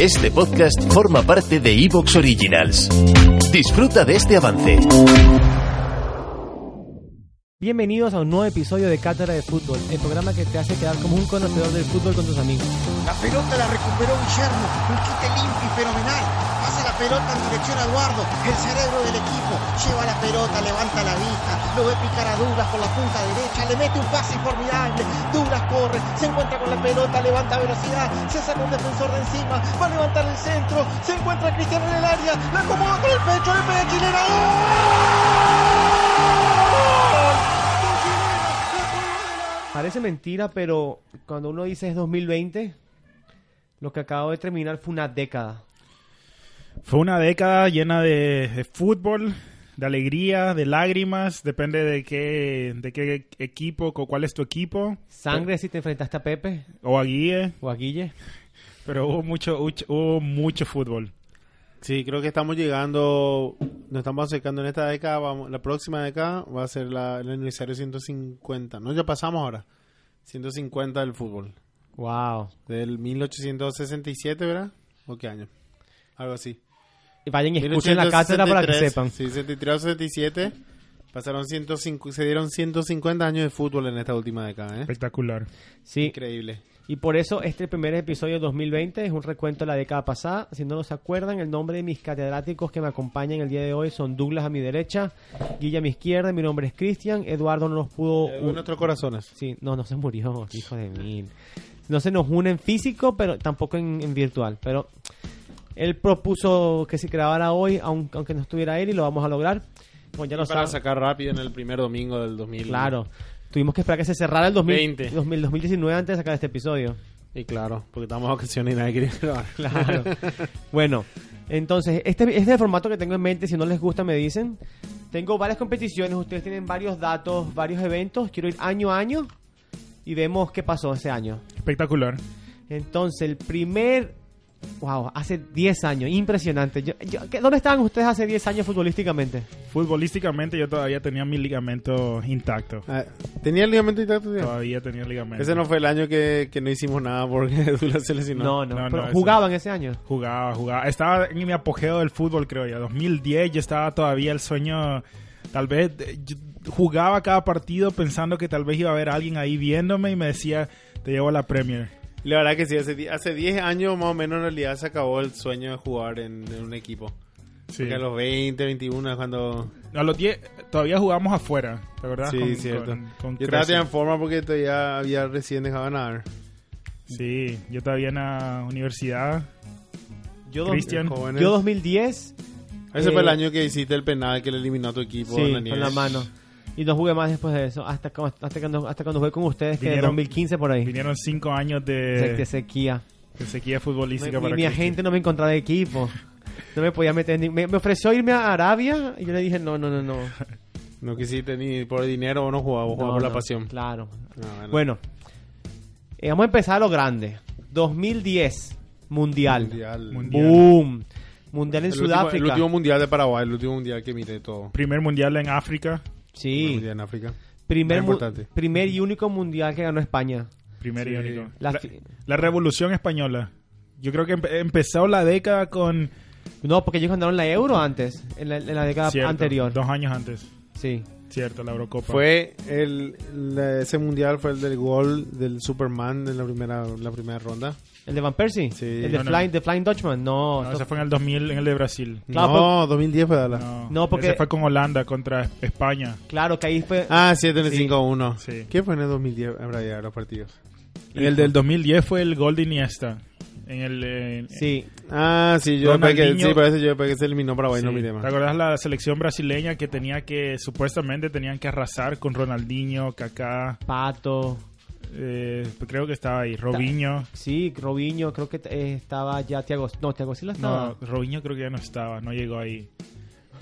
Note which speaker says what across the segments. Speaker 1: Este podcast forma parte de Evox Originals. Disfruta de este avance.
Speaker 2: Bienvenidos a un nuevo episodio de Cátedra de Fútbol, el programa que te hace quedar como un conocedor del fútbol con tus amigos.
Speaker 3: La pelota la recuperó Guillermo, un quite limpio y fenomenal. Pasa la pelota en dirección a Eduardo, el cerebro del equipo. Lleva la pelota, levanta la vista, lo ve picar a Duras por la punta derecha, le mete un pase formidable. Duras corre, se encuentra con la pelota, levanta velocidad, se saca un defensor de encima, va a levantar el centro, se encuentra Cristiano en el área, la acomoda con el pecho, le pega Chilena.
Speaker 2: Parece mentira, pero cuando uno dice es 2020, lo que acabo de terminar fue una década.
Speaker 4: Fue una década llena de, de fútbol, de alegría, de lágrimas, depende de qué, de qué equipo, co- cuál es tu equipo,
Speaker 2: Sangre si te enfrentaste a Pepe
Speaker 4: o a Guille,
Speaker 2: o a Guille.
Speaker 4: pero hubo mucho, hubo- hubo mucho fútbol.
Speaker 5: Sí, creo que estamos llegando, nos estamos acercando en esta década, vamos, la próxima década va a ser la, el aniversario 150, ¿no? Ya pasamos ahora, 150 del fútbol,
Speaker 2: Wow.
Speaker 5: del 1867, ¿verdad? ¿O qué año? Algo así.
Speaker 2: Y Vayan y escuchen la cátedra para que
Speaker 5: 1863,
Speaker 2: sepan.
Speaker 5: Sí, 63 o 67, pasaron 105, se dieron 150 años de fútbol en esta última década, ¿eh?
Speaker 4: Espectacular.
Speaker 2: Sí,
Speaker 5: Increíble.
Speaker 2: y por eso este primer episodio de 2020 es un recuento de la década pasada. Si no los acuerdan, el nombre de mis catedráticos que me acompañan el día de hoy son Douglas a mi derecha, Guille a mi izquierda, mi nombre es Cristian, Eduardo no nos pudo...
Speaker 5: En nuestros corazones.
Speaker 2: Sí, no, no se murió, hijo de mil. No se nos une en físico, pero tampoco en, en virtual. Pero él propuso que se grabara hoy, aun- aunque no estuviera él, y lo vamos a lograr. Pues ya
Speaker 5: Y
Speaker 2: lo
Speaker 5: para
Speaker 2: saben.
Speaker 5: sacar rápido en el primer domingo del 2000.
Speaker 2: Claro. Tuvimos que esperar que se cerrara el 2000,
Speaker 5: 20.
Speaker 2: 2000, 2019 antes de sacar este episodio.
Speaker 5: Y claro, porque estamos a ocasiones y nadie quería grabar.
Speaker 2: Claro. bueno, entonces, este, este es el formato que tengo en mente. Si no les gusta, me dicen. Tengo varias competiciones, ustedes tienen varios datos, varios eventos. Quiero ir año a año y vemos qué pasó ese año.
Speaker 4: Espectacular.
Speaker 2: Entonces, el primer. Wow, hace 10 años, impresionante. Yo- yo- ¿qué- ¿Dónde estaban ustedes hace 10 años futbolísticamente?
Speaker 4: Futbolísticamente yo todavía tenía mi ligamento intacto.
Speaker 5: Ah, ¿Tenía el ligamento intacto? tío?
Speaker 4: Todavía tenía el ligamento.
Speaker 5: Ese no fue el año que, que no hicimos nada porque Dula se lesionó.
Speaker 2: No, no,
Speaker 4: no,
Speaker 2: pero
Speaker 4: no, eso-
Speaker 2: jugaban ese año.
Speaker 4: Jugaba, jugaba. Estaba en mi apogeo del fútbol, creo yo. 2010 yo estaba todavía el sueño. Tal vez eh, yo jugaba cada partido pensando que tal vez iba a haber alguien ahí viéndome y me decía, te llevo a la Premier.
Speaker 5: La verdad que sí, hace di- hace 10 años más o menos en realidad se acabó el sueño de jugar en, en un equipo.
Speaker 4: Sí.
Speaker 5: Porque a los 20, 21 es cuando...
Speaker 4: A los 10 todavía jugamos afuera, ¿te acuerdas?
Speaker 5: sí,
Speaker 4: Con-
Speaker 5: cierto.
Speaker 4: con- con
Speaker 5: Yo estaba
Speaker 4: Crece.
Speaker 5: todavía en forma porque todavía había recién dejado de nadar.
Speaker 4: Sí, yo todavía en la universidad.
Speaker 2: Yo, dos-
Speaker 4: Cristian.
Speaker 5: Jóvenes.
Speaker 2: yo 2010,
Speaker 5: Ese fue el
Speaker 2: Eh,
Speaker 5: año que hiciste el penal que le eliminó a tu equipo.
Speaker 2: sí,
Speaker 5: Daniel.
Speaker 2: con la mano. Y no jugué más después de eso, hasta, cu- hasta, cuando, hasta cuando jugué con ustedes, que en
Speaker 4: Vinieron-
Speaker 2: 2015 por ahí.
Speaker 4: Vinieron 5 años
Speaker 2: De de
Speaker 4: de,
Speaker 2: sequía.
Speaker 4: de sequía futbolística
Speaker 2: Y
Speaker 4: para
Speaker 2: mi
Speaker 4: Cristian.
Speaker 2: agente no me encontraba de equipo. No me podía meter ni- Me, me ofreció irme a Arabia y yo le dije, no, no, no, no.
Speaker 5: No quisiste ni por dinero o no jugabas, jugabas
Speaker 2: No,
Speaker 5: por la
Speaker 2: no,
Speaker 5: pasión.
Speaker 2: Claro.
Speaker 5: Ah, No, bueno.
Speaker 2: Bueno, eh, vamos a empezar a lo grande. 2010, Mundial.
Speaker 5: Mundial.
Speaker 4: Mundial.
Speaker 2: Boom. Mundial en
Speaker 5: El último-
Speaker 2: Sudáfrica.
Speaker 5: el último mundial de Paraguay, el último mundial que miré todo.
Speaker 4: Primer mundial en África.
Speaker 5: El
Speaker 2: sí.
Speaker 5: mundial en África.
Speaker 2: Primer,
Speaker 5: Muy
Speaker 2: mu-
Speaker 5: importante.
Speaker 2: primer y único mundial que ganó España.
Speaker 4: Primer y
Speaker 5: Sí.
Speaker 4: único.
Speaker 2: La
Speaker 4: La,
Speaker 2: fi-
Speaker 4: la revolución española. Yo creo que empe- empezó la década con.
Speaker 2: No, porque ellos ganaron la Euro antes, en la, en la década
Speaker 4: Cierto,
Speaker 2: anterior.
Speaker 4: Dos años antes.
Speaker 2: Sí.
Speaker 4: Cierto, la Eurocopa.
Speaker 5: Fue el, la- ese mundial fue el del gol del Superman en la primera la primera ronda.
Speaker 2: ¿El de Van Persie?
Speaker 5: Sí.
Speaker 2: ¿El de
Speaker 4: No, no.
Speaker 2: Flying, The Flying Dutchman? No.
Speaker 4: No,
Speaker 2: eso-
Speaker 4: ese fue en el 2000, en el de Brasil.
Speaker 2: Claro,
Speaker 5: no, 2010 fue Dallas.
Speaker 4: No,
Speaker 2: No, porque-
Speaker 4: Ese fue con Holanda contra España.
Speaker 2: Claro que ahí fue...
Speaker 5: Ah, 7 en el 5-1.
Speaker 4: Sí.
Speaker 5: ¿Qué fue en el 2010 en realidad Ah, los partidos?
Speaker 4: El del 2010 fue el gol de Iniesta. En el, eh, en-
Speaker 2: Sí.
Speaker 5: Ah, sí, yo después que,
Speaker 4: Ronaldinho-
Speaker 5: sí, parece yo después que se eliminó Paraguay, no
Speaker 4: Sí.
Speaker 5: miré más.
Speaker 4: ¿Te acuerdas la selección brasileña que tenía que, supuestamente tenían que arrasar con Ronaldinho, Kaká,
Speaker 2: Pato.
Speaker 4: eh, creo que estaba ahí, Robinho.
Speaker 2: Sí, Robinho. Creo que eh, estaba ya Tiago... No, Tiago Silva estaba.
Speaker 4: No, Robinho creo que ya no estaba, no llegó ahí.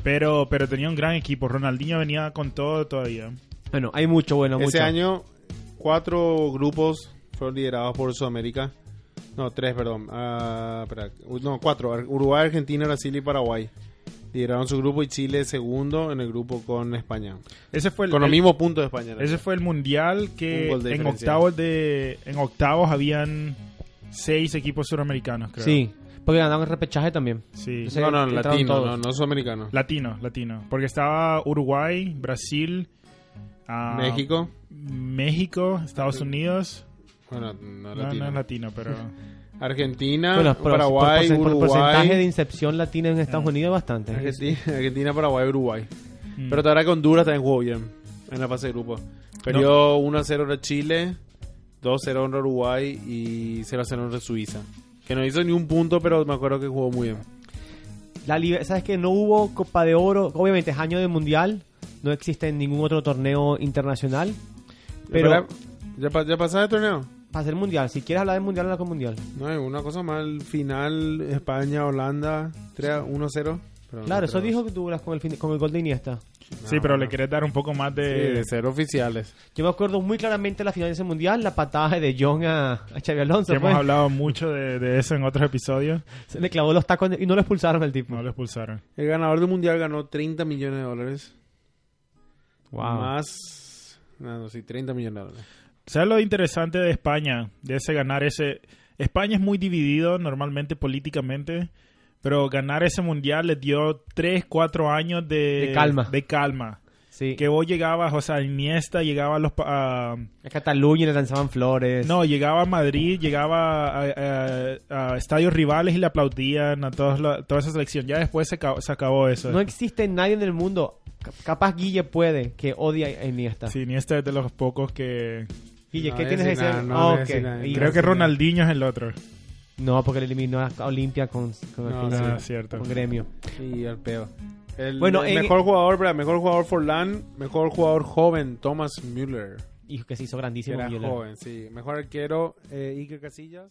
Speaker 4: Pero, pero tenía un gran equipo, Ronaldinho venía con todo todavía.
Speaker 2: Bueno, hay mucho bueno, mucho.
Speaker 5: Ese año, cuatro grupos fueron liderados por Sudamérica. No, tres, perdón. Ah, espera. U- No, cuatro. Ar- Uruguay, Argentina, Brasil y Paraguay. Lideraron su grupo y Chile segundo en el grupo con España.
Speaker 4: Ese fue el,
Speaker 5: Con los
Speaker 4: el-
Speaker 5: mismos puntos de España.
Speaker 4: ese fue el mundial
Speaker 5: Un
Speaker 4: que
Speaker 5: gol de
Speaker 4: en
Speaker 5: diferencia.
Speaker 4: octavos de en octavos habían seis equipos suramericanos, creo.
Speaker 2: Sí. Porque ganaron el repechaje también.
Speaker 4: Sí.
Speaker 2: Sí.
Speaker 5: no, no,
Speaker 2: entraron
Speaker 5: latino,
Speaker 2: todos.
Speaker 5: no, no sudamericano.
Speaker 4: Latino, latino. Porque estaba Uruguay, Brasil, ah,
Speaker 5: México.
Speaker 4: México, Estados Unidos.
Speaker 5: Bueno, no
Speaker 4: No, no
Speaker 5: latino.
Speaker 4: es latino, pero.
Speaker 5: Argentina,
Speaker 2: Bueno, pero
Speaker 5: Ah, Paraguay,
Speaker 2: por, por- por
Speaker 5: Uruguay.
Speaker 2: porcentaje de incepción latina en Estados Unidos es bastante.
Speaker 5: Argentina, Argentina, Paraguay, Uruguay.
Speaker 4: Mm.
Speaker 5: Pero ahora que Honduras también jugó bien en la fase de grupo. Perdió 1-0 contra Chile, 2-0 contra Uruguay y 0-0 contra Suiza. Que no hizo ni un punto, pero me acuerdo que jugó muy bien.
Speaker 2: La libe- ¿Sabes que No hubo Copa de Oro. Obviamente es año de Mundial. No existe en ningún otro torneo internacional. Pero
Speaker 5: Espera, ¿ya, pa- ya pasaste el torneo?
Speaker 2: para ser Mundial, si quieres hablar de Mundial, habla con Mundial.
Speaker 5: No, hay una cosa mal. Final, España, Holanda, 3-1-0.
Speaker 2: Claro, eso dijo que tú hablas con el, fin- con el gol de Iniesta.
Speaker 4: sí, pero le querés dar un poco más Eh, de.
Speaker 5: de ser oficiales.
Speaker 2: Yo me acuerdo muy claramente la final de ese Mundial, la patada de John a, a Xavi Alonso.
Speaker 4: que hemos
Speaker 2: pues.
Speaker 4: hablado mucho de, de eso en otros episodios.
Speaker 2: Se le clavó los tacos y no lo expulsaron al tipo.
Speaker 4: No lo expulsaron.
Speaker 5: El ganador del mundial ganó 30 millones de dólares.
Speaker 2: Wow.
Speaker 5: Más. No, no, sí, 30 millones de dólares.
Speaker 4: ¿Sabes lo interesante de España? De ese ganar ese... España es muy dividido normalmente políticamente, pero ganar ese mundial les dio 3, 4 años de,
Speaker 2: De calma.
Speaker 4: De calma.
Speaker 2: Sí.
Speaker 4: Que vos llegabas, o sea, Iniesta llegaba a los... pa- a-
Speaker 2: A Cataluña le lanzaban flores.
Speaker 4: no, llegaba a Madrid, llegaba a, a- a estadios rivales y le aplaudían a todos la- toda esa selección. Ya después se, acabó- se acabó eso.
Speaker 2: No existe nadie en el mundo. ca- Capaz Guille puede que odia a Iniesta.
Speaker 4: Sí, Iniesta es de los pocos que...
Speaker 2: Guille,
Speaker 5: No,
Speaker 2: ¿qué
Speaker 5: no
Speaker 2: tienes que
Speaker 5: dice
Speaker 2: decir?
Speaker 5: nada, no, no
Speaker 2: Ok.
Speaker 5: dice nada.
Speaker 2: Y-
Speaker 4: Creo que Ronaldinho es el otro.
Speaker 2: No, porque le eliminó a a Olimpia con, con,
Speaker 5: No,
Speaker 2: con-
Speaker 5: sí.
Speaker 4: Ah, cierto.
Speaker 2: con gremio.
Speaker 5: Y al pedo. El,
Speaker 2: Bueno,
Speaker 5: el
Speaker 2: en-
Speaker 5: mejor jugador, espera, mejor jugador Forlán, mejor jugador joven, Thomas Müller.
Speaker 2: Y que se hizo
Speaker 5: Que
Speaker 2: grandísimo.
Speaker 5: era
Speaker 2: Müller.
Speaker 5: joven, sí. Mejor arquero, eh, Iker Casillas.